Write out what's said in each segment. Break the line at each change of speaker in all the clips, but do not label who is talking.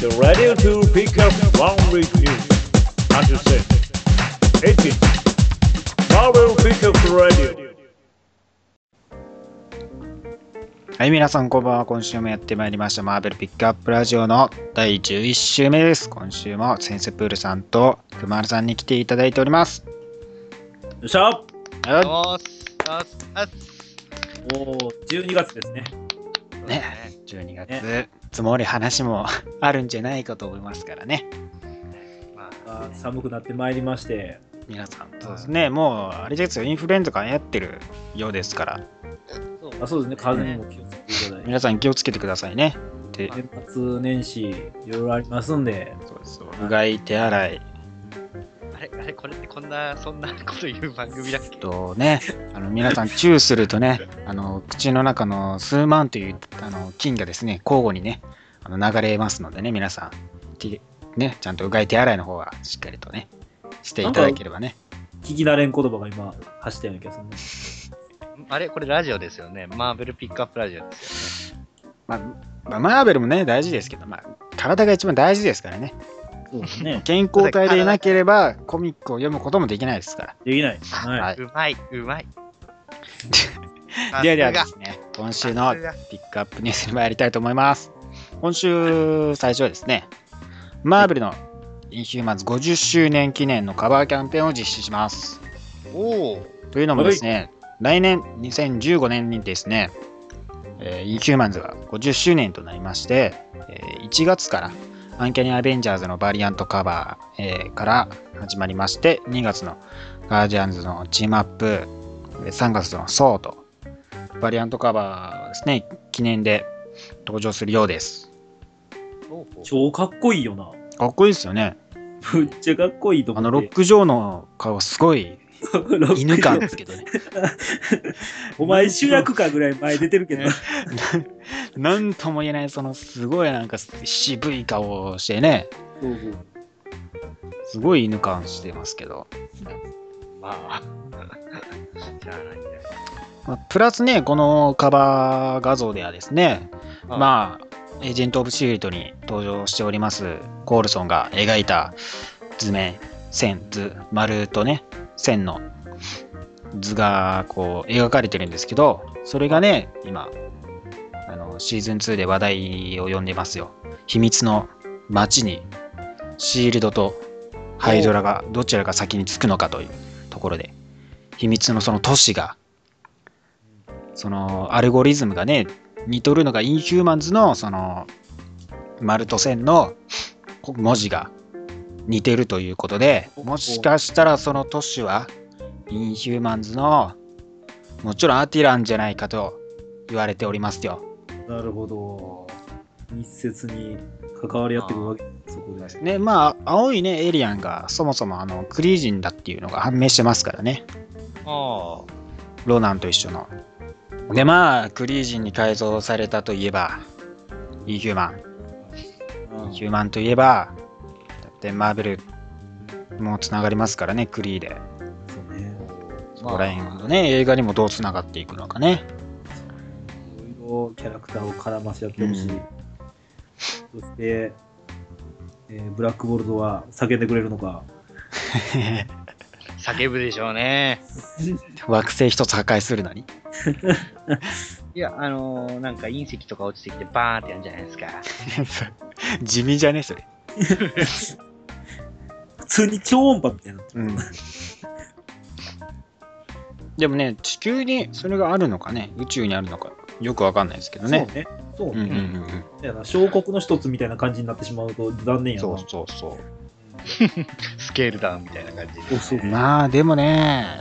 You're ready to pick up one week in. As you said, 18. Marvel Pick Up Radio.
はい、皆さんこんばんは。今週もやってまいりました。マーベルピックアップラジオの第11週目です。今週もセンセプールさんとくまるさんに来ていただいております。
よっしゃ
は
よーすよーすよーす
もう12月ですね。
ねい12月、積もり話も あるんじゃないかと思いますからね。
まあ
あー寒くなってまいりまして、
皆さん、そうですね。もう、あれですよ、インフルエンザが流行ってるようですから、
そう
あそうですね、風邪にも気をつけていただいて、
皆さん気をつけてくださいね。で、
年末年始、いろいろありますんで、
そうですうがい、手洗い、
あれあれこれってこんなそんなこと言う番組だっけ
とね、あの皆さん、チューするとね、あの口の中の数万というあの菌がですね、交互にね、あの流れますのでね、皆さん、てね、ちゃんとうがい手洗いの方はしっかりとね、していただければね。
聞き慣れん言葉が今、走ったような気がするね。
あれこれラジオですよねマーベルピックアップラジオです
まあまあ、マーベルもね、大事ですけど、まあ、体が一番大事ですからね。
そうで すね。
健康体でいなければ、コミックを読むこともできないですから。
できない。はい。
は
ようまいう まい
ではではで
さ
すね、今週
す
の
がさすが
ピックアップニュースに参りたいと思います。今週最初はですね、マーベルのインヒューマンズ50周年記念のカバーキャンペーンを実施します。
おお
というのもですね、来年2015年にですね、えーインヒューマンズが50周年となりまして、えー1月からアンキャニアベンジャーズのバリアントカバー、えーから始まりまして、2月のガーディアンズのチームアップ、えー3月のソーと、バリアントカバーはですね、記念で登場するようです。
おお
超かっこいいよな。
かっこいいですよね。
むっちゃかっこいいと
あ
思っ
の、
て。
ロック上の顔すごい
ロック
犬感ですけどね。
お前主役かぐらい前出てるけど
ね。なんとも言えない、そのすごいなんか渋い顔をしてね、
そうそう
すごい犬感してますけど、
ま あじゃあないんだよ
まあプラスね、このカバー画像ではですね、まあ、エージェント・オブ・シールドに登場しておりますコールソンが描いた図面、線、図、丸とね、線の図がこう描かれてるんですけど、それがね、今、あのシーズン2で話題を呼んでますよ。秘密の街にシールドとハイドラがどちらが先に着くのかというところで、秘密のその都市が、そのアルゴリズムがね、似とるのがインヒューマンズのその丸と線のこ文字が似てるということでもしかしたらその都市はインヒューマンズのもちろんアティランじゃないかと言われておりますよ。
なるほど。密接に関わり合ってくるわけそこで。
ねまあ青いねエイリアンがそもそもあのクリー人だっていうのが判明してますからね
あ
ロナンと一緒の。でまあクリー人に改造されたといえばインヒューマン
うん
ヒューマンといえば、だってマーベルもつながりますからね、クリーで。
そうね。
あ
そこら辺のね、映画にもどうつながっていくのかね。
いろいろキャラクターを絡ませ合ってほしい、
うん
そして、えーブラックボルトは叫んでくれるのか
叫ぶでしょうね
惑星一つ破壊するのに。
いやあのー、なんか隕石とか落ちてきてバーンってやるんじゃないですか
地味じゃねそれ。
普通に超音波みたいな
うん。でもね、地球にそれがあるのかね、宇宙にあるのか、よくわかんないですけどね。
そうねそう
うんうん
ね、
うん
だよな小国の一つみたいな感じになってしまうと
う
残念
ん。
やな
そうそうそ
スケールダウンみたいな感じで
おそう
う。まあ、でもね、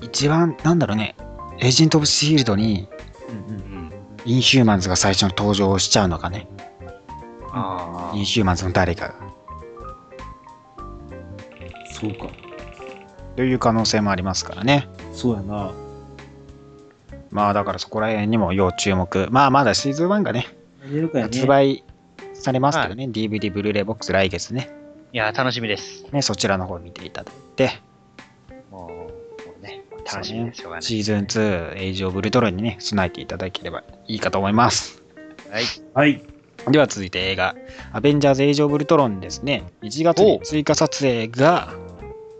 一番、なんだろうね、エージェント・オブ・シールドに、
うんうん
うん
インヒューマンズが最初の登場をしちゃうのかね。
あ
インヒューマンズの誰かが。
そうか
という可能性もありますからね。
そうやな
まあだからそこら辺にも要注目。まあまだシーズン1がね、
出るかやね
発売されますけどね、DVD、ブルーレイボックス来月ね
いや楽しみです
ね、そちらの方見ていただいて、
もうもうね楽しみでしょうがない
シーズン2、エイジオブルトロンにね、備えていただければいいかと思います。
はい
はい
では続いて映画、アベンジャーズ・エイジ・オブ・ウルトロンですね、1月
お
に
う
追加撮影が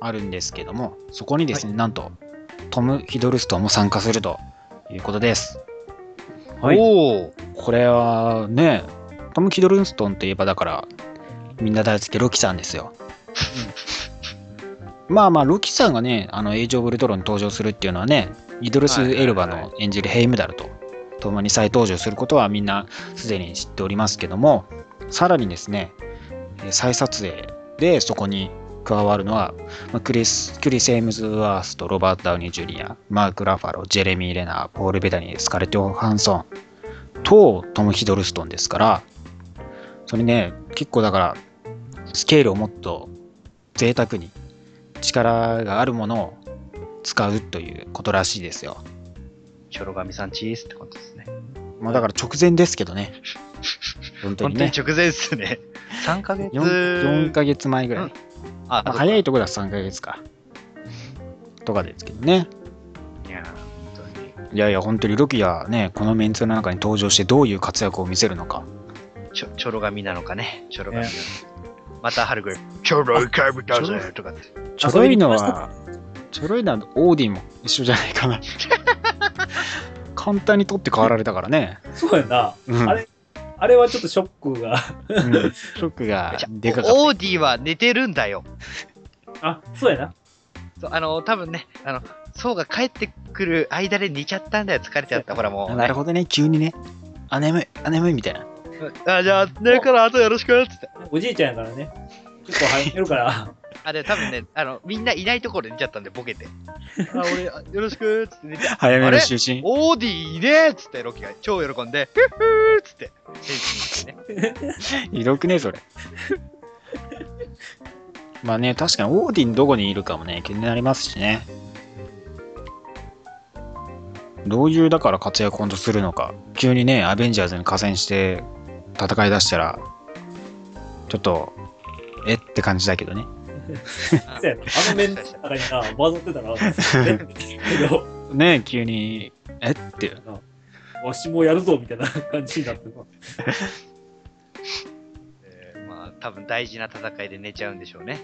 あるんですけども、そこにですね、なんとトム・ヒドルストンも参加するということです。
はい。
おお
これはね、トム・ヒドルストンといえばだから、みんな大好きロキさんですよ。まあまあ、ロキさんがね、あのエイジ・オブ・ウルトロンに登場するっていうのはね、イドルス・エルバの演じるヘイムダルと共に再登場することはみんなすでに知っておりますけども、さらにですね、えー再撮影でそこに加わるのは、まあクリス、クリス・エイムズワースとロバート・ダウニー・ジュニア、マーク・ラファロ、ジェレミー・レナー、ポール・ベタニー、スカレット・ヨハンソンとトム・ヒドルストンですから、それね、結構だから、スケールをもっと贅沢に力があるものを使うということらしいですよ。
ちょろがみさんチーズってことですね。
まあだから直前ですけどね。本当
本
に
当に
ね。
直前です ね。3ヶ月
4, 4ヶ月前ぐらい。
うんあ、
まあ早いところだと3ヶ月か。とかですけどね。
いや、本当に
いやいや、本当にロキがね、このメンツの中に登場してどういう活躍を見せるのか。
ちょ、ちょろがみなのかね。ちょろがみなのか。また春ぐらい、ちょろいかぶだぜとかって。
ちょろいの
遊びに
は、ちょろいのはオーディも一緒じゃないかな。簡単に取って代わられたからね。
そうやな。
うん
あれ、あれはちょっとショックが。
うん、ショックがでかかった。
オーディは寝てるんだよ。
あ、そうやな。
そうあの、多分ね、あの、そうが帰ってくる間で寝ちゃったんだよ。疲れちゃった。ほらもう、
なるほどね、急にね。あ、眠い、あ、眠いみたいな。
あ、じゃあ、寝るから後よろしくっつって。
おじいちゃんやからね。結構入ってるから。
あ、で、多分ね、あの、みんないないところで寝ちゃったんで、ボケ て。あ、俺、あよろしくっつって寝て、
早め
あれ
の就寝。
オーディいねえっつって、ロキが超喜んで、ふっふーっつって、返信してね。
ひどくね、それ。 まあね、確かにオーディンどこにいるかもね、気になりますしね。どういうだから活躍を今度するのか、急にね、アベンジャーズに加戦して戦い出したら、ちょっと、えって感じだけどね。
そうやな。あの面の中にな、バズって たら。けど、
ね、急に、えって いう。
わしもやるぞみたいな感じになって ます。
えーまあ、多分大事な戦いで寝ちゃうんでしょうね。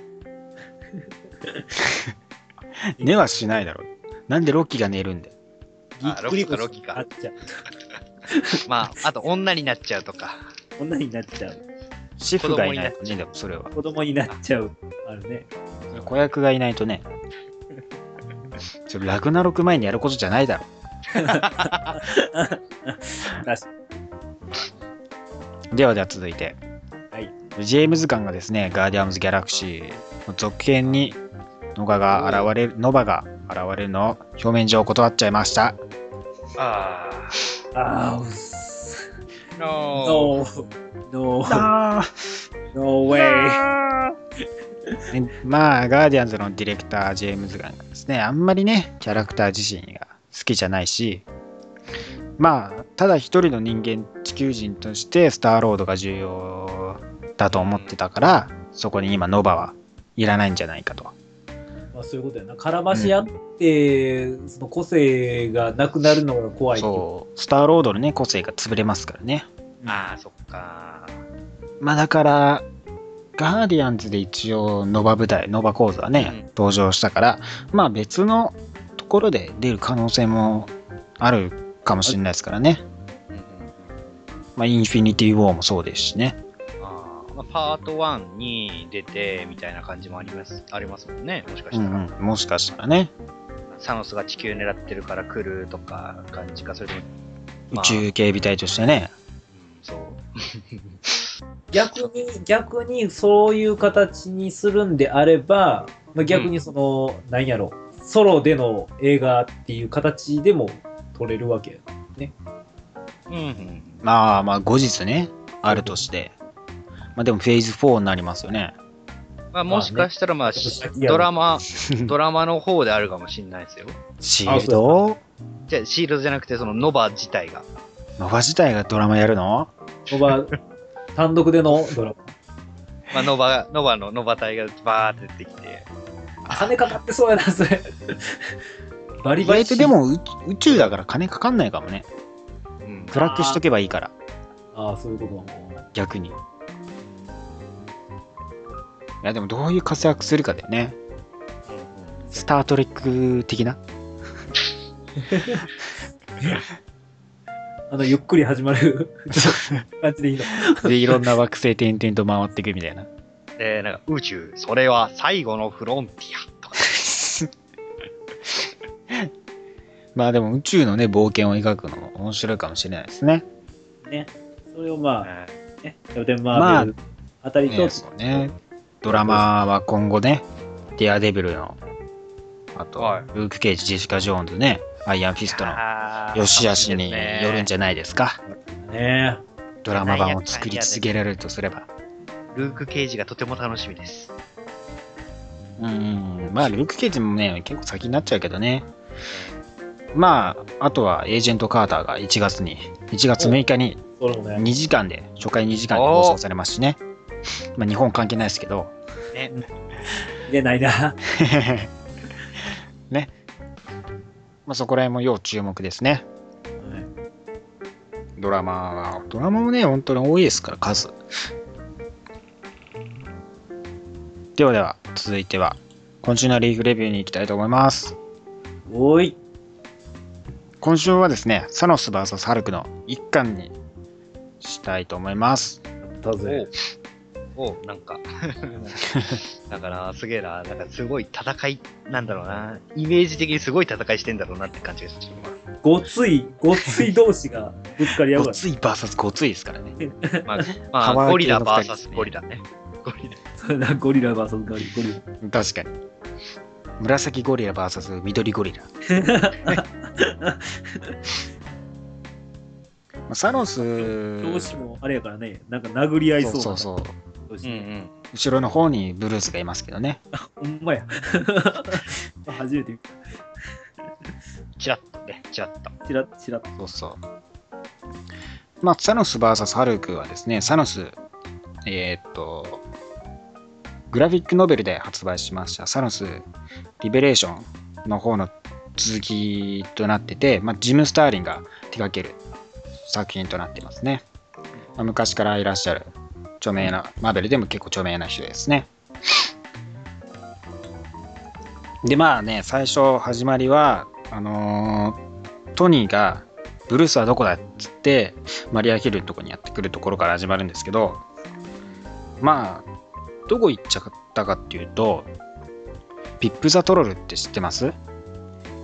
寝はしないだろう。なんでロッキーが寝るんだよ。
あロキかロキか
あっちゃう。
まあ、あと女になっちゃうとか。
女になっちゃう。
シフがいないとね、でもそれは。
子供になっちゃう。あるね。
子役がいないとね。それラグナロク前にやることじゃないだろ
だし
う。ではでは続いて。
はい
ジェームズ・ガンがですね、ガーディアムズ・ギャラクシーの続編にノバが現れる、ノバが現れるのを表面上断っちゃいました。
あ
ああ、うっす。
あ。の
No, no,
あ
no way.
まあ、ガーディアンズのディレクター、ジェームズ・ガンがですね、あんまりね、キャラクター自身が好きじゃないし、まあ、ただ一人の人間、地球人としてスターロードが重要だと思ってたから、そこに今、ノバはいらないんじゃないかと。
まあそういうことやな。絡まし合って、その個性がなくなるのが怖いっていう
そう、スターロードのね、個性が潰れますからね。
ああ、そっか。
まあ、だから、ガーディアンズで一応、ノバ舞台、ノバ講座はね、
うん
登場したから、まあ、別のところで出る可能性もあるかもしれないですからね。
うんうん
まあ、インフィニティ・ウォーもそうですしね。
あーまあ、パート1に出てみたいな感じもありますありますもんね、もしか
う
したら、
んうん、もしかしたらね、
サノスが地球狙ってるから来るとか感じか、それとも、
宇
まあ
宙警備隊としてね、
うんそう。
逆に、逆にそういう形にするんであれば、まあ、逆にその、なんやろ、ソロでの映画っていう形でも撮れるわけ。
うんうん、
まあまあ、後日ね、あるとして、まあでもフェーズ4になりますよ ね。
まあ、もしかしたら、まあ、し
ちょっと先やろ
ドラマ、ドラマの方であるかもしれないですよ。
シールド
じゃあ、シールドじゃなくて、そのノバ自体が。
ノバ自体がドラマやるの
ノバ、単独でのドラマ。
まあ、ノバが、ノバの、ノバ隊がバーって出てきて、
金かかってそうやな、それ。バリ
意
バリ。
外とでも宇宇宙だから金かかんないかもね。
うん
暗くしとけばいいから。
ああ、そういうことなのか
逆に。いや、でもどういう活躍するかだよね。スター・トレック 的な
あの、ゆっくり始まる感じでいいの。
で、いろんな惑星点々と回っていくみたいな。
で、なんか宇宙、それは最後のフロンティアとか。
まあでも宇宙のね、冒険を描くのも面白いかもしれないですね。
それをまあ、ね、キャプテン・マ
ま
ー
あ
ベルあたりと、
ねそうね。ドラマは今後ね、ディアデビルの、あと、
はい
ルーク・ケイジ、ジェシカ・ジョーンズね、アイアンフィストの
あー
良し悪しによるんじ
ゃ
ゃないですか。
ね
ドラマ版を作り続けられるとすれば。
ルーク・ケイジがとても楽しみです。
うん、まあ、ルーク・ケイジもね、結構先になっちゃうけどね。まあ、あとはエージェント・カーターが1月に、1月6日に
それもね、
2時間で、初回2時間で放送されますしね。まあ、日本関係ないですけど。
ね、
入れないな。
ね。まあ、そこら辺も要注目ですね。ドラマは、ドラマもね、本当に多いですから、数。ではでは、続いては、今週のリーグレビューに行きたいと思います。
おい、
今週はですね、サノス VS ハルクの一巻にしたいと思います。
だぜ。
おうなんか。 だから、すげえな。なんか、すごい戦いなんだろうな。イメージ的にすごい戦いしてんだろうなって感じがしてる
ごつい、ごつい同士がぶつかり合 う
ご
から。
つい VS ごついですからね。
ま あ、まあ、ゴリラ VS ゴリラね。ゴリラ。
そんな ゴリラ VS ゴリゴリラ。
確かに。紫ゴリラ VS 緑ゴリ ラ。まあサノス、
同士もあれやからね、なんか殴り合いそう
そ
な。
うそうそう。
同士
うんうん。
後ろの方にブルースがいますけどね。
ほんまや。 初めて見
チラッとね、チラッと。
た。チラッチラッと。
そうそう。まあ、サノス VS ハルクはですね、サノス、えーっと、グラフィックノベルで発売しました、サノスリベレーションの方の続きとなってて、まあ、ジム・スターリンが手掛ける作品となってますね。まあ、昔からいらっしゃる著名な、マーベルでも結構著名な人ですね。で、まあね、最初始まりは、あのートニーがブルースはどこだっつってマリア・ヒルのとこにやってくるところから始まるんですけどまあどこ行っちゃったかっていうとピップ・ザ・トロルって知ってます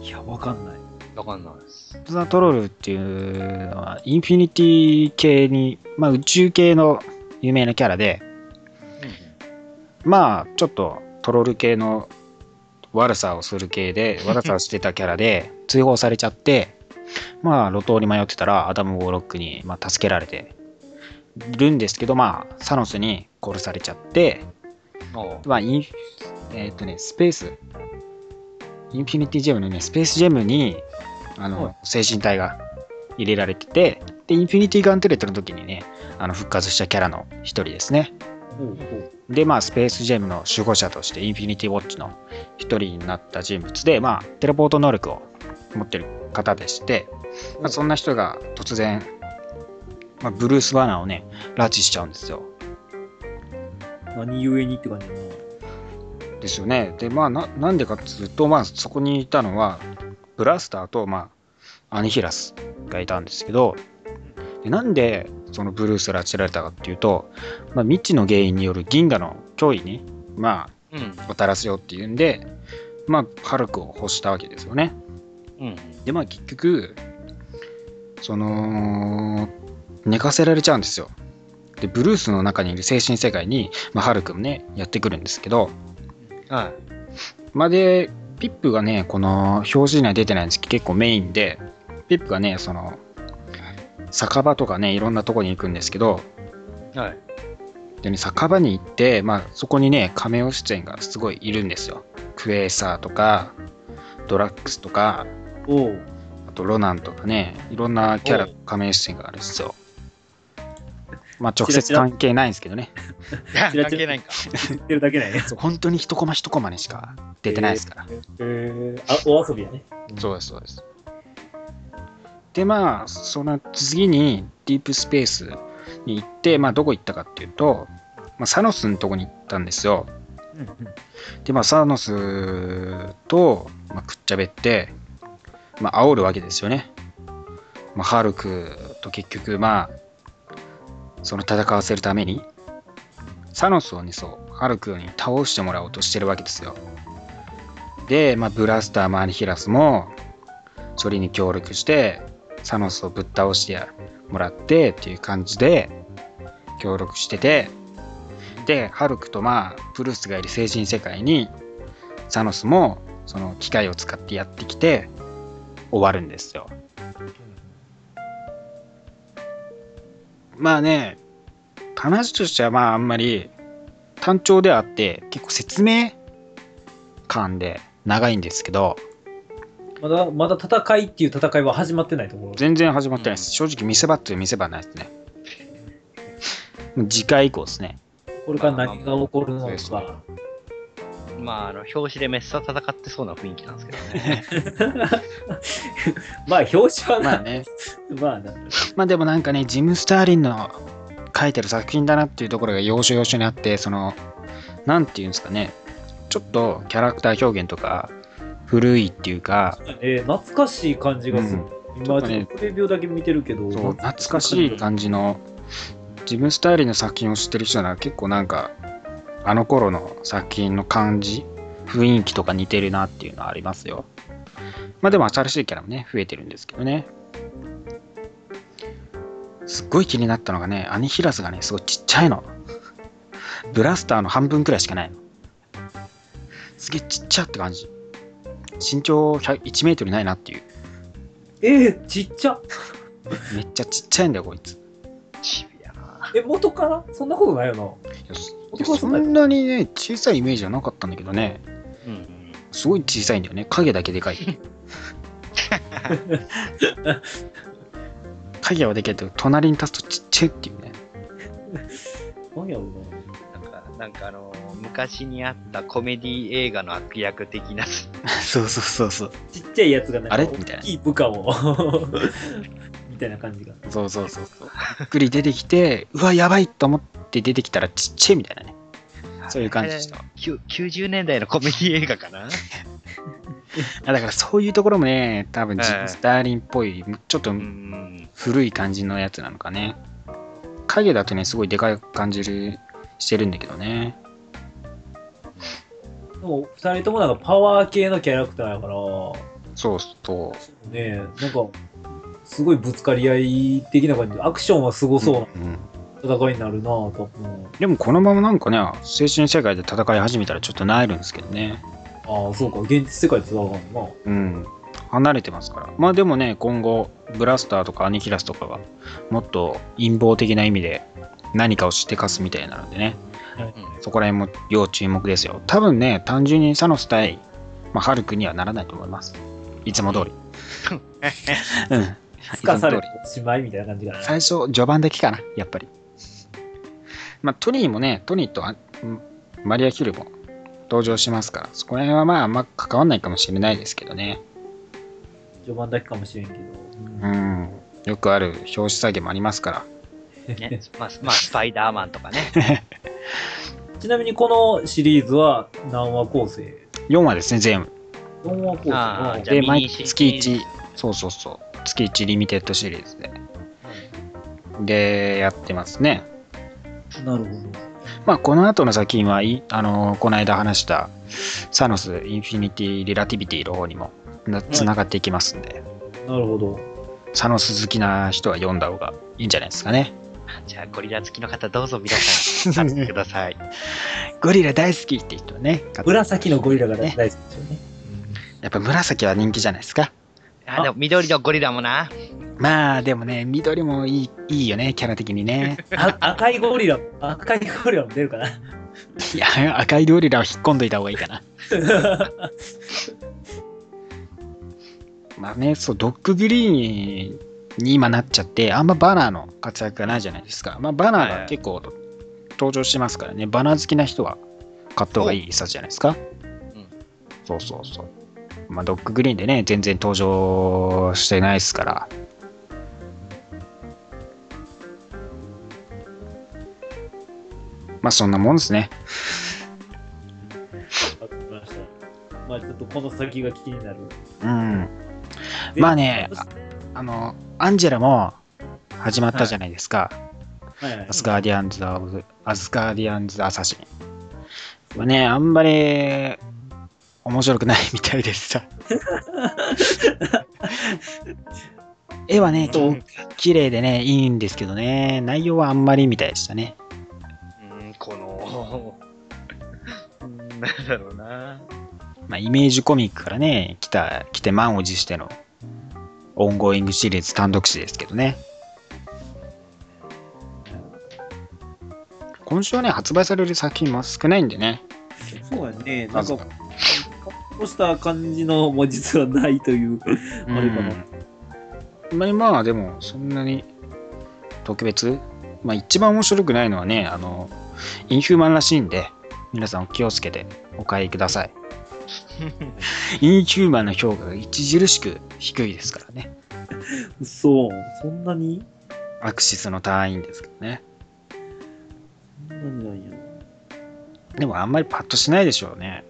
ピ
いや、わかんない。
わかんないです
ッ。プ・ザ・トロルっていうのはインフィニティ系に、まあ、宇宙系の有名なキャラでまあちょっとトロル系の悪さをする系で悪さをしてたキャラで追放されちゃってまあ路頭に迷ってたらアダム・ウォーロックに、まあ、助けられてるんですけどまあサノスに殺されちゃって
おう
まあインえーっとねスペースインフィニティジェムのねスペースジェムにあ
は
の精神体が入れられててでインフィニティガンテレットの時にねあの復活したキャラの一人ですね
ほうほう
で、まあ、スペースジェムの守護者として、インフィニティウォッチの一人になった人物で、まあ、テレポート能力を持ってる方でして、まあ、そんな人が突然、まあ、ブルース・バナーをね、拉致しちゃうんですよ。
何故にって感じやな。
ですよね。で、まあ、ななんでかっつうと、まあ、そこにいたのは、ブラスターと、まあ、アニヒラスがいたんですけど、でなんで、そのブルースが拉致られたかっていうと、まあ、未知の原因による銀河の脅威に、まあ、
うん。
をたらすよっていうんで、まあ、ハルクを欲したわけですよね。
うん。
で、まあ、結局、その、寝かせられちゃうんですよ。で、ブルースの中にいる精神世界に、まあ、ハルクもね、やってくるんですけど、
はい。
まあ、で、ピップがね、この表示には出てないんですけど、結構メインで、ピップがね、その、酒場とかね、いろんなとこに行くんですけど、
はい。
でね、酒場に行って、まあ、そこにね、亀尾出演がすごいいるんですよ。クエーサーとか、ドラッグスとか、
おう。
あとロナンとかね、いろんなキャラ
おう、
亀尾出演があるんですよ。まあ、直
ち
接
らちら
関係ないんですけどね。
関
チラチラ
係ないんか。
言ってるだけなんや。
そう本当に一コマ一コマにしか出てないですから。
えー、あ、お遊びやね。
そうです、そうです。で、まあ、その次に、ディープスペースに行って、まあ、どこ行ったかっていうと、まあ、サノスのとこに行ったんですよ。で、まあ、サノスと、まあ、くっちゃべって、まあ、煽るわけですよね。まあ、ハルクと結局、まあ、その戦わせるために、サノスをね、そう、ハルクに倒してもらおうとしてるわけですよ。で、まあ、ブラスター、マニヒラスも、それに協力して、サノスをぶっ倒してもらってっていう感じで、協力してて、で、ハルクとまあ、プルースがいる成人世界に、サノスも、その機械を使ってやってきて、終わるんですよ。まあね、話としてはまああんまり単調ではあって、結構説明感で長いんですけど、
まだ、まだ戦いっていう戦いは始まってないところ。
全然始まってないです。正直見せ場っていう見せ場ないですね。次回以降ですね。
これから何が起こるの
そう
か。
ですねまあ、あの、表紙でめっさ戦ってそうな雰囲気なんですけど ね。
まあ、表紙はな、
まあね。
まあな、
まあでもなんかね、ジム・スターリンの書いてる作品だなっていうところが要所要所にあって、その、なんていうんですかね、ちょっとキャラクター表現とか古いっていうか、
えー懐かしい感じがする。今、
ちょっと
ちょ
ね
っとプレビューだけ見てるけど、
そう懐かしい感じのジム・スターリンの作品を知ってる人なら結構なんかあの頃の作品の感じ雰囲気とか似てるなっていうのはありますよまあでも新しいキャラもね増えてるんですけどねすっごい気になったのがねアニヒラスがねすごいちっちゃいのブラスターの半分くらいしかないのすげえちっちゃって感じ身長100 1メートルないなっていう
えーちっちゃ。
めっちゃちっちゃいんだよこいつ
チビやな。
え、元からそんなことないよ
いやそいや
男は
そ
そんなん
なにね小さいイメージはなかったんだけどね
うんうん。
すごい小さいんだよね影だけでかい 影はでかいけど隣に立つとちっちゃいっていうね
な。何やろうな。
なんか、なんかあのー昔にあったコメディ映画の悪役的な、
そうそうそうそう
ちっちゃいやつがなんか
あれみたいな
大きい部下をみたいな感じが。
そうそうそうそうゆっくり出てきてうわやばいと思って出てきたらちっちゃいみたいなねそういう感じでした
あれきゅ90年代のコメディ映画かな
あだからそういうところもね多分ジ
ええ
ム・スターリンっぽいちょっと
うん。
古い感じのやつなのかね影だとねすごいでかい感じるしてるんだけどね
でも2人ともなんかパワー系のキャラクターやから、
そうそう
ねえ、なんかすごいぶつかり合い的な感じで、アクションはすごそう
うんうん
な戦いになるなぁと思う。
でもこのままなんかね精神世界で戦い始めたらちょっとなえるんですけどね
ああ、そうか、現実世界と戦うのか
うん離れてますからまあでもね今後ブラスターとかアニキラスとかがもっと陰謀的な意味で何かをしてかすみたいなのでね
うん
そこら辺も要注目ですよ多分ね単純にサノス対、まあ、ハルクにはならないと思いますいつも通りうん
な。すかされ
いつも通り
ておしまいみたいな感じかな。
最初序盤だけかなやっぱりまあトニーもねトニーとあんマリア・ヒルも登場しますからそこら辺はまああんま関わんないかもしれないですけどね
序盤だけかもしれんけど。
うんよくある表紙下げもありますから
ね、まあ、まあ、スパイダーマンとかね。
ちなみにこのシリーズは何話構成
4話ですね全部
?4 話構成
ああ、
あ
じゃあ
で
ミニシリーズ
毎月そうそうそう月1リミテッドシリーズででやってますね
あなるほど。
まあこの後の作品はいあのこの間話したサノスインフィニティ・リラティビティの方にもつながっていきますんで、
なるほど。
サノス好きな人は読んだ方がいいんじゃないですかね。
じゃあ、ゴリラ好きの方、どうぞ皆さん、買ってくだ さい。
ゴリラ大好きって人はね、
紫のゴリラが大好きですよね。
やっぱ紫は人気じゃないですか。
あ、でも、緑のゴリラもな。
まあでもね、緑もいいいいよね、キャラ的にね。
あ赤いゴリラ、赤いゴリラも出るかな。
いや、赤いゴリラを引っ込んどいた方がいいかな。まあね、そう、ドッググリーンに今なっちゃって、あんまバナーの活躍がないじゃないですか。まあバナーが結構登場しますからね、バナー好きな人は買った方がいい一冊じゃないですか。そうそうそう。まあドッググリーンでね、全然登場してないですから。まあそんなもんですね。
わかりました。まあちょっとこの先が気になる。
うん。まあね
で
あの、アンジェラも始まったじゃないですか。
はいはい
アスガーディアンズ・オブ・アスガーディアンズ・アサシン。まあね、あんまり面白くないみたいでした。絵はね、と綺麗でね、いいんですけどね、内容はあんまりみたいでしたね。
うん、この、うんなんだろうな。
まあ、イメージコミックからね、来た、来て満を持しての、オンゴーイングシリーズ単独誌ですけどね。今週はね、発売される作品も少ないんでね。
そうやね。な
ま
ん
ず
か、こうした感じのも実はないという。
うん
あれかな
まあ、まあでもそんなに特別まあ一番面白くないのはねあのインヒューマンらしいんで皆さんお気をつけてお買いくださ いインヒューマンの評価が著しく低いですからね
そう。そんなに
アクシスの単位ですけどね
そんなになんや。
でもあんまりパッとしないでしょうね、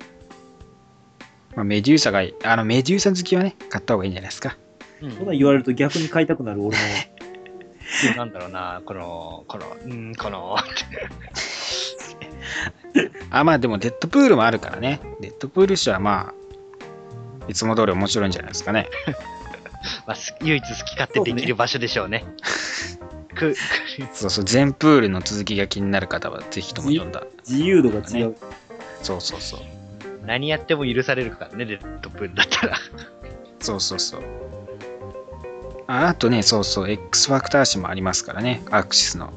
まあ、メデューサがあのメデューサ好きはね買った方がいいんじゃないですか
うん
そんなん言われると逆に買いたくなる俺 も。
なんだろうな、この、この、うん、この、
あまあでもデッドプールもあるからねデッドプール誌はまあいつも通り面白いんじゃないですかね
まあ、す唯一好き勝手できる場所でしょうね。く、
そうそう、全プールの続きが気になる方は、ぜひとも読んだ。
自由度が違う。
そうそうそう。
く何やっても許されるからね、レッドプールだったら。
そうそうそう。ああとね、そうそう、X ファクター誌もありますからね、アクシスの。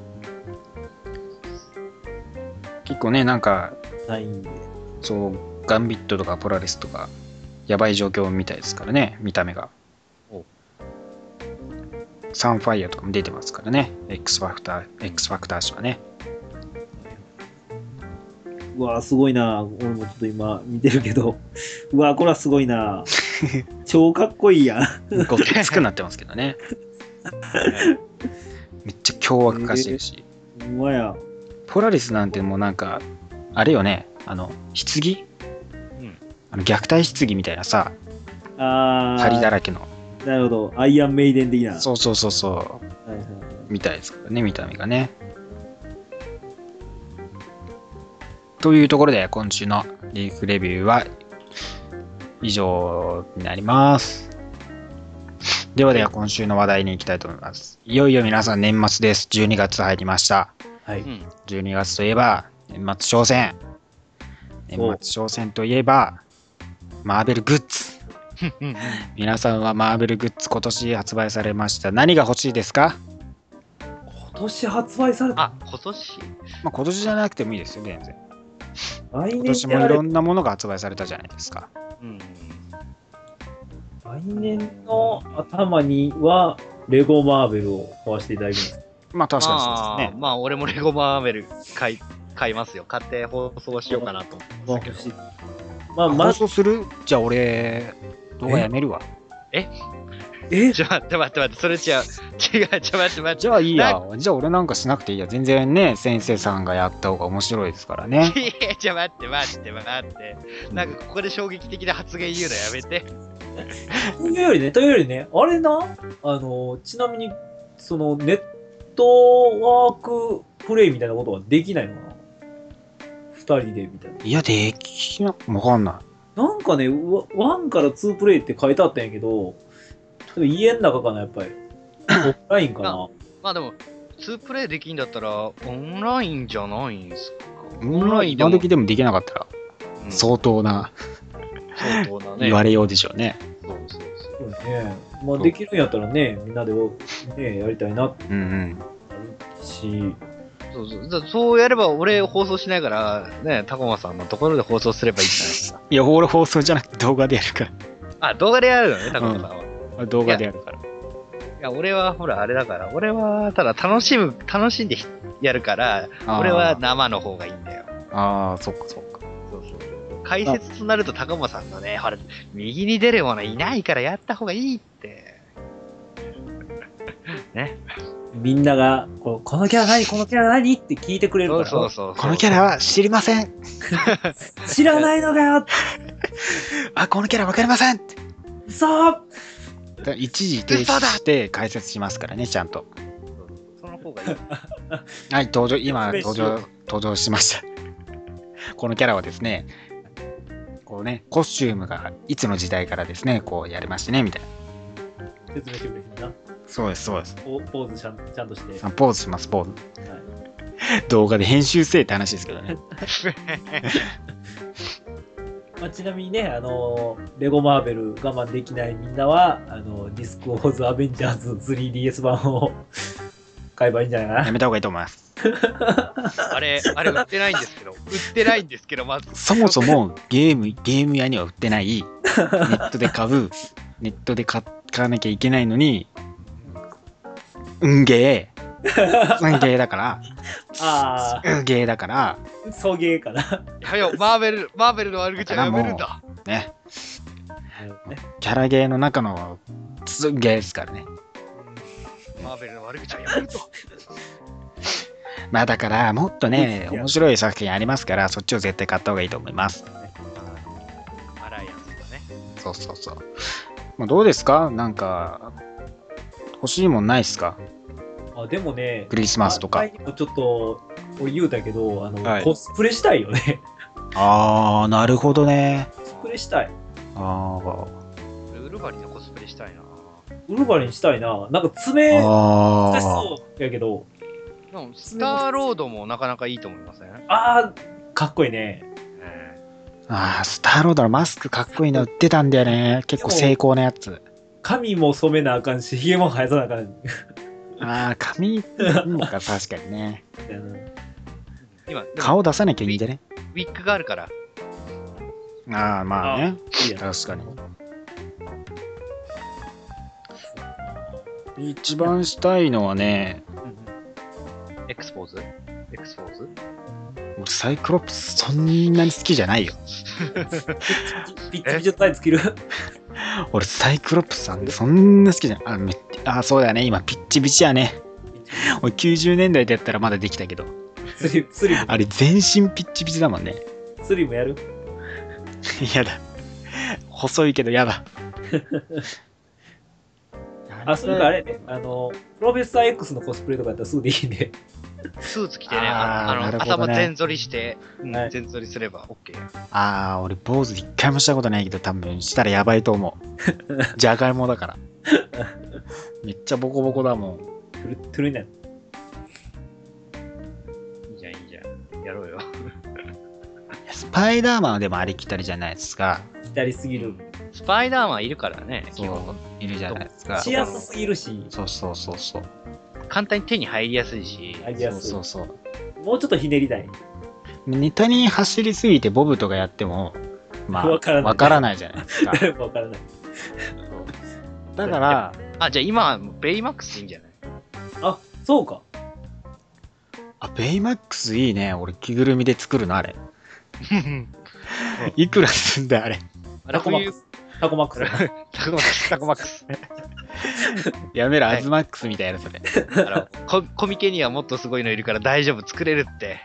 結構ね、なんか、
ないんで。
そう、ガンビットとかポラリスとか、やばい状況みたいですからね、見た目が
お。
サンファイアとかも出てますからね、X ファクター、X ファクター誌はね。
うわーすごいな。俺もちょっと今見てるけど。うわーこれはすご いな。超かっこいいやん。
ごっつくなってますけどね。めっちゃ凶悪化してるし。
ほんまや。
ポラリスなんてもうなんかあれよねあの棺
うん
あの虐待棺みたいなさ
あー。
針だらけの
なるほど。アイアンメイデン的な。
そうそうそうそう
はいはいはい
みたいですからね見た目がねというところで今週のリーフレビューは以上になりますではでは今週の話題に行きたいと思いますいよいよ皆さん年末です12月入りました
は
う
い。
ん
12月といえば年末商戦年末商戦といえばマーベルグッズ
うん
皆さんはマーベルグッズ今年発売されました何が欲しいですか、
今年発売された。
あ、今年
まあ、今年じゃなくてもいいですよ全然
来
今
年
年
で
も
あ
い
れ
ろんなものが発売されたじゃないですか
うん。
来年の頭には、レゴマーベルを買わせていただきます。
まあ確かに
ま
そうで
あ
す、ね
まあ、俺もレゴマーベル買い、買いますよ。買って放送しようかなと思って
まあ、欲
ますけ
し い
ど。
まあ、ま
放
あ、
送するじゃあ俺動画やめるわ
え
ちょ、待って待って待って、それ違う。違う、ちょ、待って待って。
じゃあいいやじゃあ俺なんかしなくていいや全然ね先生さんがやった方が面白いですから ね
いや、じゃあ待って待って待って。なんかここで衝撃的な発言言うのやめて。
というよりね、というよりね、あれな、あの、ちなみに、その、ネットワークプレイみたいなことはできないのかな二人でみたいな。
いやできなわかんない
なんかね、わ1から2プレイって書いてあったんやけど、多分家の中かな、やっぱり。オフライン かな。
まあでも、2プレイできんだったら、オンラインじゃないんすか。
オンライン今時でもできなかったら
うん
相当な
相当なね。
言われようでしょうね。
そうそうそう
そうね。まあ、できるんやったらね、みんなで、ね、やりたいなって
うんうん。
なるし、
そうそうだそうやれば、俺放送しないから、ね、タコマさんのところで放送すればいいじゃないですか。
いや、俺放送じゃなくて動画でやるか
あ、動画でやるのね、タコマさんは。い
ら。動画でやるから。
や、俺はほら、あれだから、俺は、ただ楽しむ、楽しんでひやるから、
あー
俺は。生の方がいいんだよ。
ああ、そっかそっか。
そうそうそう。解説となると、高間さんのね、ほら、右に出るものいないからやった方がいいって。
う
みんながこう、このキャラ何このキャラ何って聞いてくれるか
そう
ら、
そうそう。
このキャラは知りません。
知らないのかよ
あ、このキャラわかりません。
そう
一時停止して解説しますからね、ちゃんと。
その方がいい。
はい、登場、今、
説明
登
しよう
場、登場しました。このキャラはですね、こうね、コスチュームがいつの時代からですね、こうやりましてね、みたいな。
説明してくれるな。
そうです、そうです。
ポポーズちゃんちゃんとして。
あポーズします、ポーズ。
は
動画で編集せえって話ですけどね。
まあ、ちなみにね、あのーレゴマーベル我慢できないみんなは、あのーディスクオーズアベンジャーズ 3DS 版を 買えばいいんじゃない
や
か
めた方がいいと思います。
あれ、あれ売ってないんですけど、売ってないんですけど、まず。
そもそもゲーム、ゲーム屋には売ってない、ネットで買う、 ネットで買買わなきゃいけないのに、うんげー、うんげーだから、
な。あ
うんげーだから、
あ、送迎かな。
やめよう、マーベル、マーベルの悪口はやめるんだ。
ね。
なるほどね
キャラゲーの中のすゲーですからね。
マーベルの悪口はやめると。
まあだから、もっとね、
いや
面白い作品ありますから、そっちを絶対買った方がいいと思います。
アライアンスだね。
そうそうそう。まあ、どうですかなんか、欲しいもんないっすか
あでもね、
クリスマスとか。
前にもちょっと、俺言うたけど、あの、
はい
コスプレしたいよね。
あー、なるほどね。
コスプレしたい。
あー
俺ウルバリンのコスプレしたいな。
ウルヴァリンしたいな。なんか爪、難
あー。
しそうやけど、
でも、スターロードもなかなかいいと思いません、ね
ああ、かっこいいね。
あー、スターロードのマスクかっこいいの売ってたんだよね。結構成功なやつ。
髪も染めなあかんし、ひげも生やさなあかん。
あー、髪もか、確かにね。
みたいな
今、 でも
顔出さなきゃいいんじゃね
ウィッグがあるから、
あー、まあね。
いいや
確かに。一番したいのはね、
エクスポーズエクスポーズ
俺サイクロプスそんなに好きじゃないよ。
ピッチピチのタイツ着る。
俺サイクロプスさんそんな好きじゃない。あ、めっあそうだよね。今ピッチピチやね。俺90年代でやったらまだできたけど。
スリム、スリム、
あれ全身ピッチピチだもんね。
スリムやる
やだ。細いけどやだ。
あ、それかあれね、あの、プロフェッサー X のコスプレとかやったらすぐでいいんで。
スーツ着てね、
あー
ああの、
なるほどね
頭全剃りして、うん
はい
全剃りすれば OK。
あー、俺坊主一回もしたことないけど、多分したらやばいと思 う。じゃがいもだから。めっちゃボコボコだもん。
トゥルトゥルになる。
いいじゃん、いいじゃん。やろうよ。
スパイダーマンはでもありきたりじゃないですか。
左すぎる。
スパイダーマンいるからね、基
そ
本。
う。いるじゃないですか。
しやすすぎるし、
そうそうそうそう。
簡単に手に入りやすいし、
あり
そ
や
う
すい
そうそう。
もうちょっとひねりたい。
ネタに走りすぎてボブとかやっても、まあ、わ
わ
か
からら
ない
ない
じゃないです か。
誰もわからない。
だから、
あ、じゃあ今はもうベイマックスでいいんじゃない
あ、そうか。
あ、ベイマックスいいね。俺着ぐるみで作るの、あれ。いくらすんだよ、あれ。
あれ、
タコ
こ
マ
う
ッ
い
ク
う
ス。タコマックス。
タコマックス、タコマックス。
やめろ、
はい
アズマックスみたいな、それ。
あのココミケにはもっとすごいのいるから大丈夫、作れるって。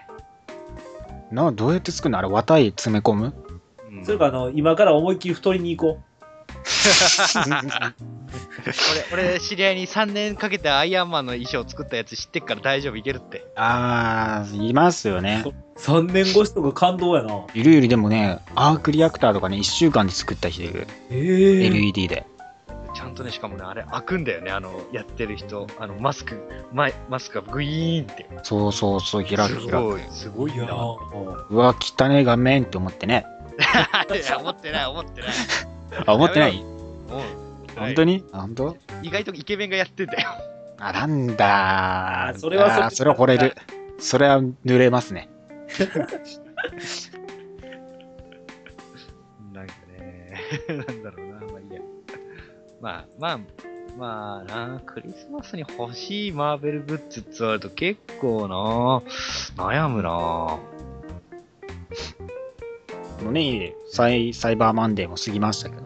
な、どうやって作るのあれ、綿い詰め込む
うん
それか、あの、今から思いっきり太りに行こ
俺、俺、知り合いに3年かけてアイアンマンの衣装作ったやつ知ってっから大丈夫、いけるって。
あー、いますよね。
う。3年越しとか感動やな。
ゆるゆるでもね、アークリアクターとかね、1週間で作った人いる。
ええ
LED で。
ちゃんとね、しかもね、あれ、開くんだよね、あの、やってる人。あの、マスク、マイマスクがグイーンって。
そうそうそう、開く
す
開く。
ごい、すごい
いや
な。
ー
うわ、汚ねえ画面って思ってね。
いや、思ってない、思ってない。
あ、思ってない。
うん。
本当に本当
意外とイケメンがやってんだよ。
あ、なんだ
あそれはそれ
あそれは惚れる。それは濡れますね。
なんかね、なんだろうな、まあいいや。まあ、まあ、まあな、クリスマスに欲しいマーベルグッズって言われると結構な、悩むな。
もうね、サイサイバーマンデーも過ぎましたけど。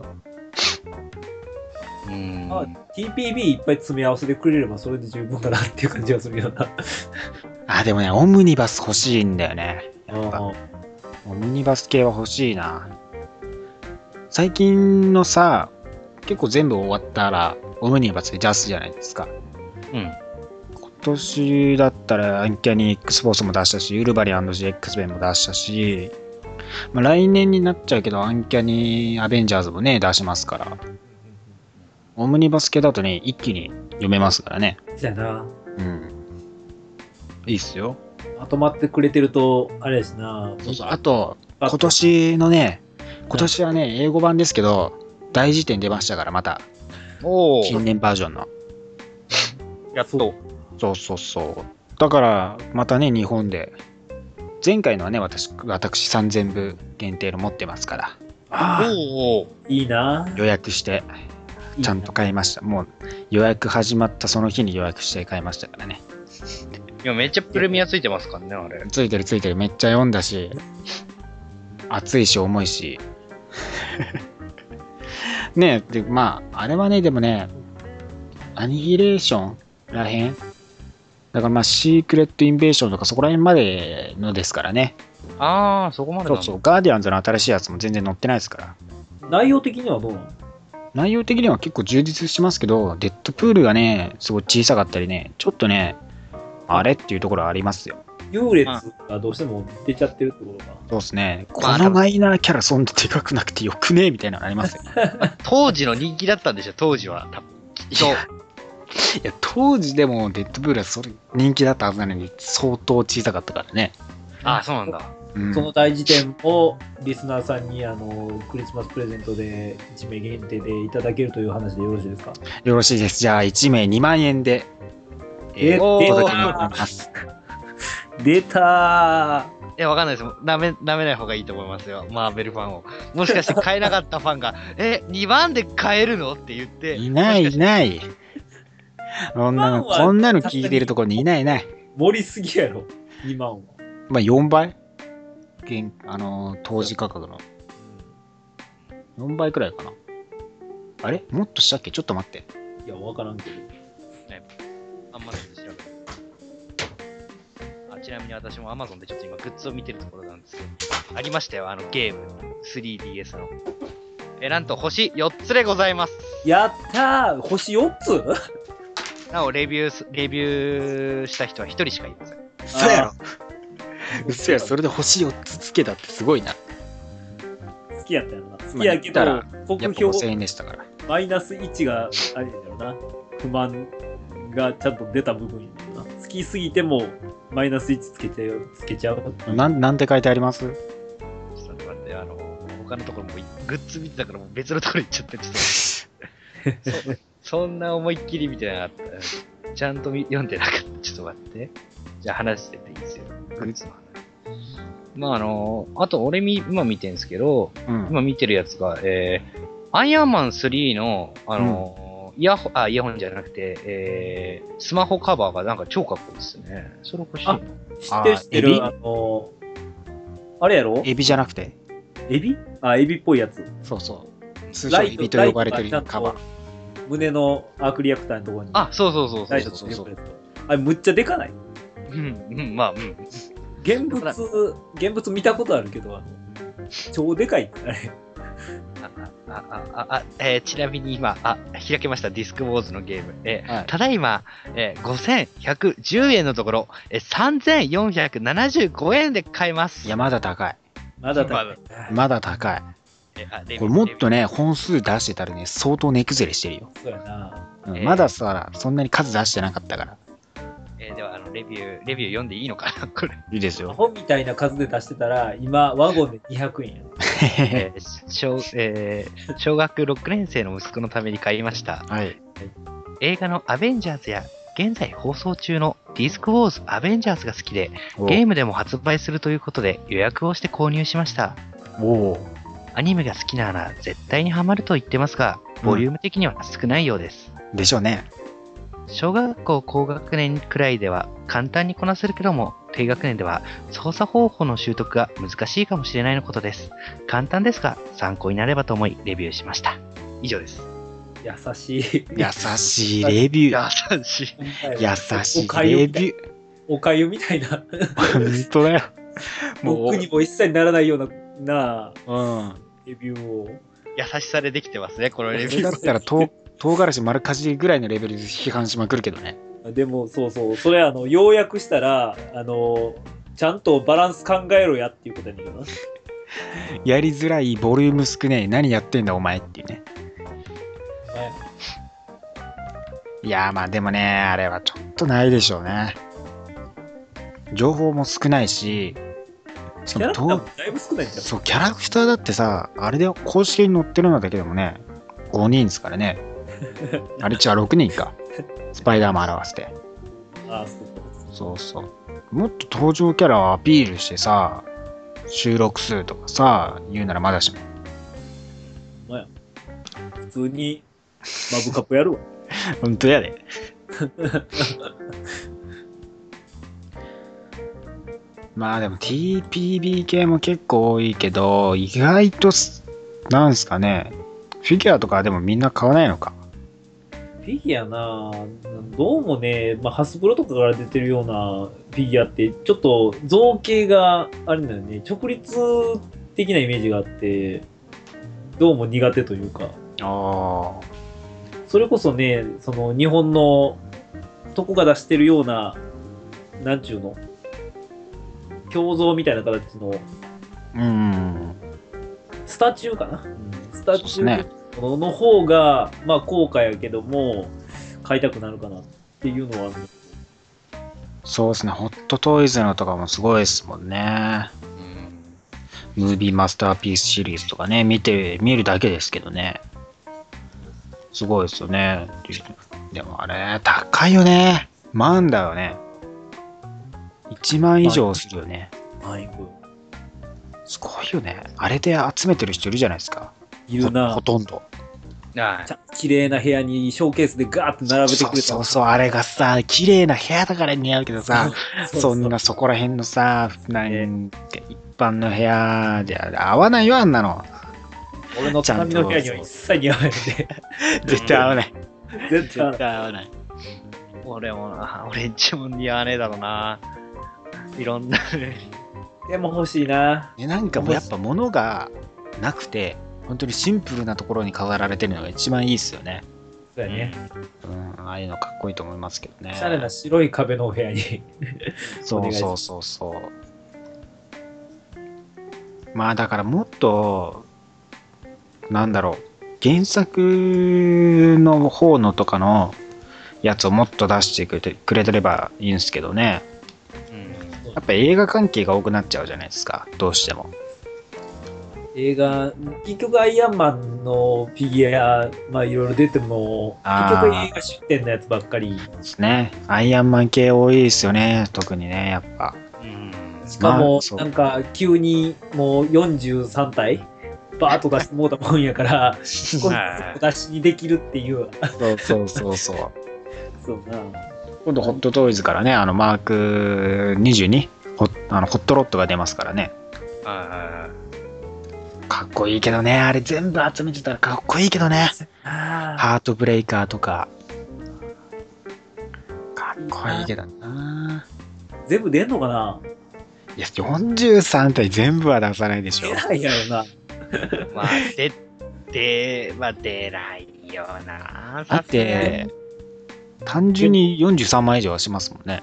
うーん。うん
あ TPB いっぱい詰め合わせてくれればそれで十分かなっていう感じがするような。
あ、でもね、オムニバス欲しいんだよね。やっぱ
あ
オムニバス系は欲しいな。最近のさ、結構全部終わったら、オムニバスでジャスじゃないですか。
うん。
今年だったら、アンキャニー X フォースも出したし、ウルバリン &GX 弁も出したし、まあ、来年になっちゃうけど、アンキャニーアベンジャーズもね、出しますから。オムニバス系だとね、一気に読めますからね。
じゃな。
うん。いいっすよ。
まとまってくれてると、あれやしな。
そうそう。あと、
あ
今年のね、今年はね、英語版ですけど、大辞典出ましたから、また、
おお、
近年バージョンの。
やっと。
そうそうそう。だから、またね、日本で。前回のはね、私、私3000部限定の持ってますから、
あ
おお。
あ、いいな。
予約して、
いいな
ちゃんと買いました。もう、予約始まったその日に予約して買いましたからね。
いや、めっちゃプレミアついてますからね、あれ。
ついてるついてる、めっちゃ読んだし、熱いし、重いし。 ねえ、で、まあ、あれはね、でもね、アニヒレーションらへんだからまあ、シークレット・インベーションとかそこら辺までのですからね。
ああ、そこまで
そ
なん
う
だ
そう、ガーディアンズの新しいやつも全然載ってないですから。
内容的にはどうなの
内容的には結構充実しますけど、デッドプールがね、すごい小さかったりね、ちょっとね、あれっていうところはありますよ。
優劣がどうしても出ちゃってるってことか。
そうですね。こ
まあ
のマイナーキャラそんなでかくなくてよくねえみたいなのありますよ。
当時の人気だったんでしょ、当時は。多分きっと。
いや、当時でもデッドプールはそれ人気だったはずなのに相当小さかったからね。
ああ、そうなんだ。
うん
その大辞典をリスナーさんにあのクリスマスプレゼントで1名限定でいただけるという話でよろしいですか
よろしいです。じゃあ、1名2万円で、え
え
ー、
ー
お
出
届けにな
た
ります。
出た
いや、わかんないです。なめ、なめない方がいいと思いますよ。マーベルファンを。もしかして買えなかったファンが、 え、2番で買えるのって言って。
いないいない。そんなの、
2万は
こんなの聞いてるところにいないいない。
ー盛りすぎやろ2万は
まあ、4倍現あのー当時価格の。4倍くらいかな。あれもっとしたっけちょっと待って。
いや分からんけど
あんまり調べてあちなみに私も Amazon でちょっと今グッズを見てるところなんですけど、ありましたよ、あのゲーム、3DS の。え、なんと星4つでございます。
やったー星4つ
なお、レビューす、レビューした人は1人しかいません。
嘘やろ
あ
嘘やろ、それで星4つつけたってすごいな。
好きやったよな好きやけど
まあやっ
国
ぱ5000
評
円でしたから。
マイナス1があれやろな不満がちゃんと出た部分やろな好きすぎてもマイナス1つけちゃうつけちゃう
なんなんて書いてあります
ちょっと待って、あの、他のところもいグッズ見てたからもう別のところ行っちゃって、ちょっと。 そそんな思いっきり見てなかった。ちゃんと見読んでなかった。ちょっと待って。じゃあ話してていいですよ。グッズの話。まああの、あと俺み今見てんですけど、
うん。
今見てるやつが、えー、アイアンマン3の、あの、イヤホン、あ、イヤホンじゃなくて、えー、スマホカバーがなんか超かっこいいですね。それ欲しい
知
な。
ってる
あ
知って
エビ
るあのあれやろ
エビじゃなくて、
エビあ、エビっぽいやつ。
そうそう。通称エビと呼ばれてるカバー。
ー。胸のアークリアクターのところに。
あ、、そうそうそうそ
ラ
う
イト
そう
つ
そ
け
う
てくれるやつあれ、むっちゃでかない
うん、うん、まあ、うん。
現物、現物見たことあるけど、あの超でかい。あれ、
あ、あ、あ、あえーちなみに今、あ、開けました、ディスクウォーズのゲーム。えー
はい
ただいま、えー5110円のところ、えー3475円で買えます。
いや、まだ高い。
まだだ。
まだ高い。
えーあレビュー
これもっと
レ
ね、本数出してたらね、相当値崩れしてるよ。
そうやな。
うん
えー
まださ、そんなに数出してなかったから。
ビュー、えーでは、あの、レビュー、レビュー読んでいいのかな、 これ。
いいです
ア。ホみたいな数で出してたら、今、ワゴンで200円や。
えー小、えー小学6年生の息子のために買いました。
はい。
映画のアベンジャーズや、現在放送中のディスクウォーズアベンジャーズが好きで、ゲームでも発売するということで予約をして購入しました。
おー
アニメが好きなら絶対にハマると言ってますが、ボリューム的には少ないようです。
でしょうね。
小学校高学年くらいでは簡単にこなせるけども、低学年では操作方法の習得が難しいかもしれないのことです。簡単ですが、参考になればと思いレビューしました。以上です。
優しい。
優しいレビュ ー。
優しい。
優し
お
い
かゆ
レ
みたい
ビュ
おかゆみたいな。
ー。本当だよ。も
僕にも一切ならないような、なあ
う、うん。
レビューを。
優しさでできてますね、このレビュー。
だ ったら、とう唐辛子丸かじりぐらいのレベルで批判しまくるけどね。
でも、そうそう。それ、あの、要約したら、あの、ちゃんとバランス考えろやっていうことになるな。
やりづらい、ボリューム少ない、何やってんだお前っていうね。いやーまあでもね、あれはちょっとないでしょうね。情報も少ないし、
キ
そ
ャラ
の
クターもだいぶ少ないんだよ。
そう、キャラクターだってさ、あれで公式に載ってるのだけでもね、5人ですからね。あれ違う、6人か。スパイダーマン表して。
ああ、そうそう。
そうそう。もっと登場キャラをアピールしてさ、収録数とかさ、言うならまだしも。
まあや、普通に、マブカップやるわ。
本当やで。まあでも TPB 系も結構多いけど、意外とす、なんすかね、フィギュアとかでもみんな買わないのか。
フィギュアなぁどうもね、まあ、ハスプロとかから出てるようなフィギュアって、ちょっと造形があれだよね、直立的なイメージがあって、どうも苦手というか、
あ
それこそね、その日本のとこが出してるような、なんちゅうの、胸像みたいな形の、
あ。うん。
スタチューかな、スタチ
そう
ュ
です
ーのの方が、まあ、高価やけども、買いたくなるかなっていうのはある、
そうですね、ホットトイズのとかもすごいですもんね。
うん
ムービーマスターピースシリーズとかね、見て、見るだけですけどね。すごいですよね。でもあれ、高いよね。万だよね。1万以上するよね。
マイブ。
すごいよね。あれで集めてる人いるじゃないですか。
いる
ほ
な
ほ。とんど。
あ
ちゃんと綺麗な部屋にショーケースでガーって並べて
そ
くれた。
うそうそう、あれがさ、綺麗な部屋だから似合うけどさ、そんなそこら辺のさ、なん一般の部屋じゃ合わないよ、あんなの。
俺の
ちゃん
畳
と
の部屋には一切似合わないので。
絶対合わない。
絶対合わ
絶
ない。
対合わない。
俺もな、俺んちも似合わねえだろうな。いろんな、
でも欲しいな。
ね、なんかもうやっぱ物がなくて本当にシンプルなところに飾られてるのが一番いいですよね、
そうやね。
うん、ああいうのかっこいいと思いますけどね
おしゃれな白い壁のお部屋に。
そうそうそうそうまあだからもっとなんだろう原作の方のとかのやつをもっと出してくれてくれてればいいんですけどね
うん、
やっぱ映画関係が多くなっちゃうじゃないですかどうしても
映画、結局アイアンマンのフィギュア、まあいろいろ出ても、結
あー
局映画出展のやつばっかり。
ですね。アイアンマン系多いですよね、特にね、やっぱ。
うん。
しか
ま
も
あ、そう
なんか急にもう43体、バーッと出してもうたもん やから、少しずつお出しにできるっていう。
そうそうそうそう。
そうな。
今度、ホットトイズからね、あのマーク22、ホッあのホットロットが出ますからね。
あ
かっこいいけどね、あれ全部集めてたらかっこいいけどね。
あー
ハートブレイカーとか。かっこいいけどな。
全部出んのかない
や、43体全部は出さないでしょ
出。ないやろな。
あまあ、で、で、まあ、出ないよな。
だって、単純に43枚以上はしますもんね。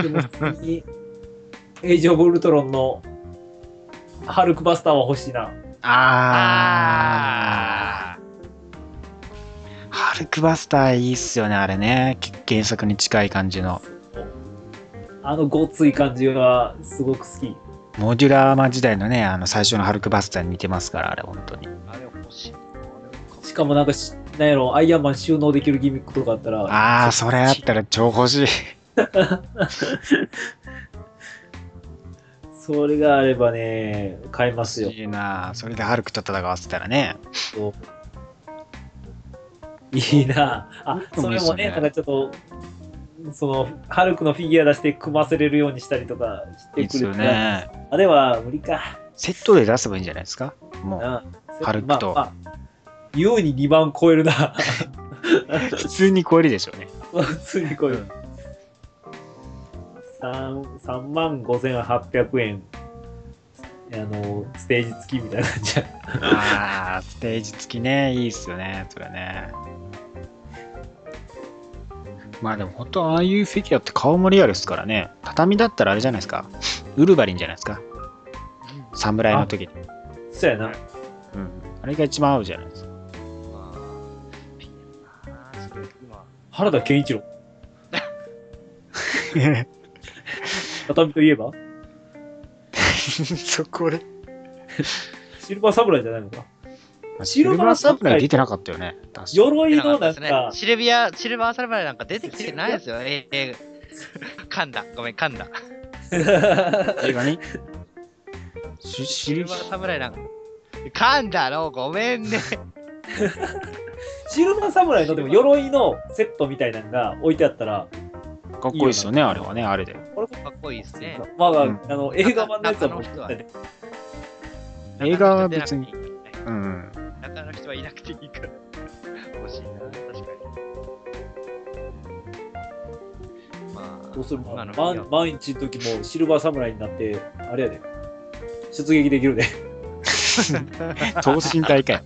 でも普通に、エイジ・オブ・ウルトロンのハルクバスターは欲しいな。
あー。
ああ。
ハルクバスターいいっすよね、あれね。け原作に近い感じの。
あのごつい感じがすごく好き。
モデュラーマン時代のね、あの最初のハルクバスターに似てますから、あれ、本当に。
あれ欲しいな。あれ
しかもなんかし、なんやろ、アイアンマン収納できるギミックとかあったら、
ああ、それあったら超欲しい。
それがあればね、買えますよ
欲。しいなそれでハルクと戦わせたらね。
いいな。あ、そ
いい
れもね、
っす
な
よね
んかちょっと、その、ハルクのフィギュア出して組ませれるようにしたりとか
い
し
いってす
くれ
よ
たら、
ね。
あれは無理か。
セットで出せばいいんじゃないですかもう。
な
ハルクと
まあま優に2万超えるな。
普通に超えるでしょうね。
普通に超える。3, 3万5800円。あの、ステージ付きみたいな感じや。
ああ、ステージ付きね、いいっすよね、それね。まあでも本当ああいうフィギュアって顔もリアルですからね。畳だったらあれじゃないですか。ウルヴァリンじゃないですか。侍の時に。
そうやな。
うん。あれが一番合うじゃないですか。
まあ、ピエなあそれ今
原田健一郎。畳といえば
そこで。
シルバーサムライじゃないのか。
シルバーサプライ出てなかったよね。確か
鎧
出なか
の
っ
な
た
ん
ですね
か、
シルビア、シルバーサルバイなんか出てきてないですよ、ええええ噛んだ、ごめん、噛んだ。
映画に。シシ
シル
ル
バーサムライなんか。噛んだの、ごめんね。
シルバーサムライのでも鎧のセットみたいなのが置いてあったら、
かっこいいですよね、あれはね、あれで。
かっこいいですね。
まあ、
うん
あの映画版のやつはもう
中の人は
映画は別に。
中
うん。
の人はいなくていいから。欲しいな、確かに。まあ、
どうするも
今
ん
の
万
いや
万一の時もシルバーサムライになって、あれやで、出撃でき るで。
等身大会。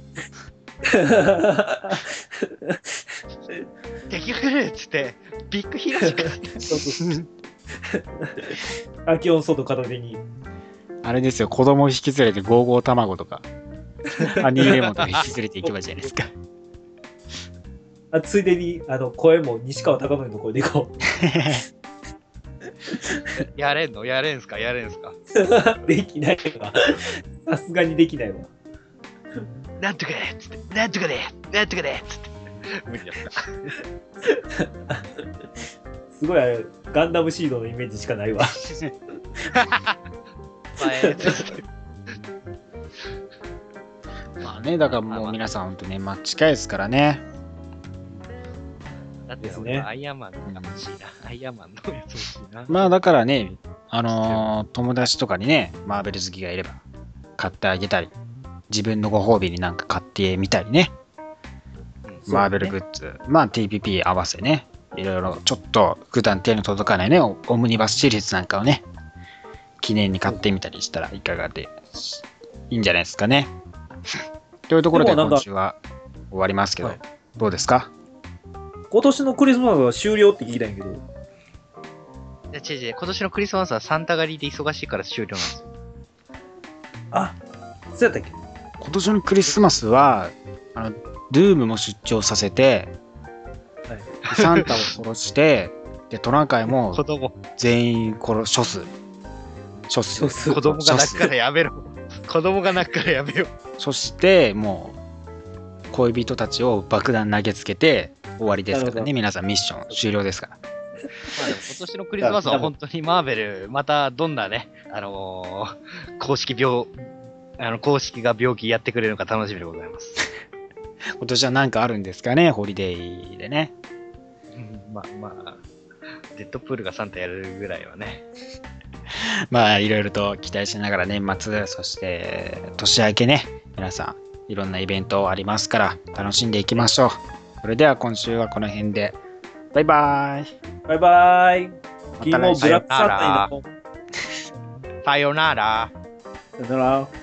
敵が来るっつって、ビッグヒロシか。
そうそう アキオンソード片手に。
あれですよ、子供引き連れてゴーゴー卵と か、ハニーレモンとか引き連れていけばいいじゃないですか。
あついでにあの声も西川貴教の声でいこ
やれんのやれんすかやれんすか
う。 できないわ。さすがにできないわ。
なんとかでっつって、なんとかでなんとかでっつって。無理だった。
すごいあれ、ガンダムシードのイメージしかないわ。
前つって
まあね、だからもう皆さん、本当年末近いですからね。
だって
ですね
俺アイアンマンの欲しいな。アイアンマンのやつ欲しいな。
まあだからね、あのー友達とかにね、マーベル好きがいれば、買ってあげたり、自分のご褒美になんか買ってみたりね、
うん
マーベルグッズ、まあ TPP 合わせね、いろいろちょっと普段手の届かないね、オオムニバスシリーズなんかをね、記念に買ってみたりしたらいかがで、いいんじゃないですかね。 というところで
でもなんか
今週は終わりますけど
はい、
どうですか
今年のクリスマスは終了って聞きたいんやけど。
いや違う違う、今年のクリスマスはサンタ狩りで忙しいから終了なんですよ。
あ、そうやったっけ
今年のクリスマスは、あの、ドゥームも出張させて、
はい
サンタを殺して、で、トナカイ も
子供、
全員殺処す。処す。
そうそう
子供が泣くか
処
らやめろ。子供が泣くからやめよう。
すそして、もう、恋人たちを爆弾投げつけて、終わりですか
なる
ら
ほど
ね、皆さんミッション終了ですから。
まあでも今年のクリスマスは本当にマーベル、またどんなね、あのー公式病、あの公式が病気やってくれるのか楽しみでございます。
今年は何かあるんですかね、ホリデーでね。
うんまあまあ、デッドプールがサンタやるぐらいはね。
まあ、いろいろと期待しながら年末、そして年明けね、皆さん、いろんなイベントありますから、楽しんでいきましょう。それでは今週はこの辺で、バイバーイ。
バイバイ。
また来週
昨日ブラックサンタになった
さよなら。
さよなら。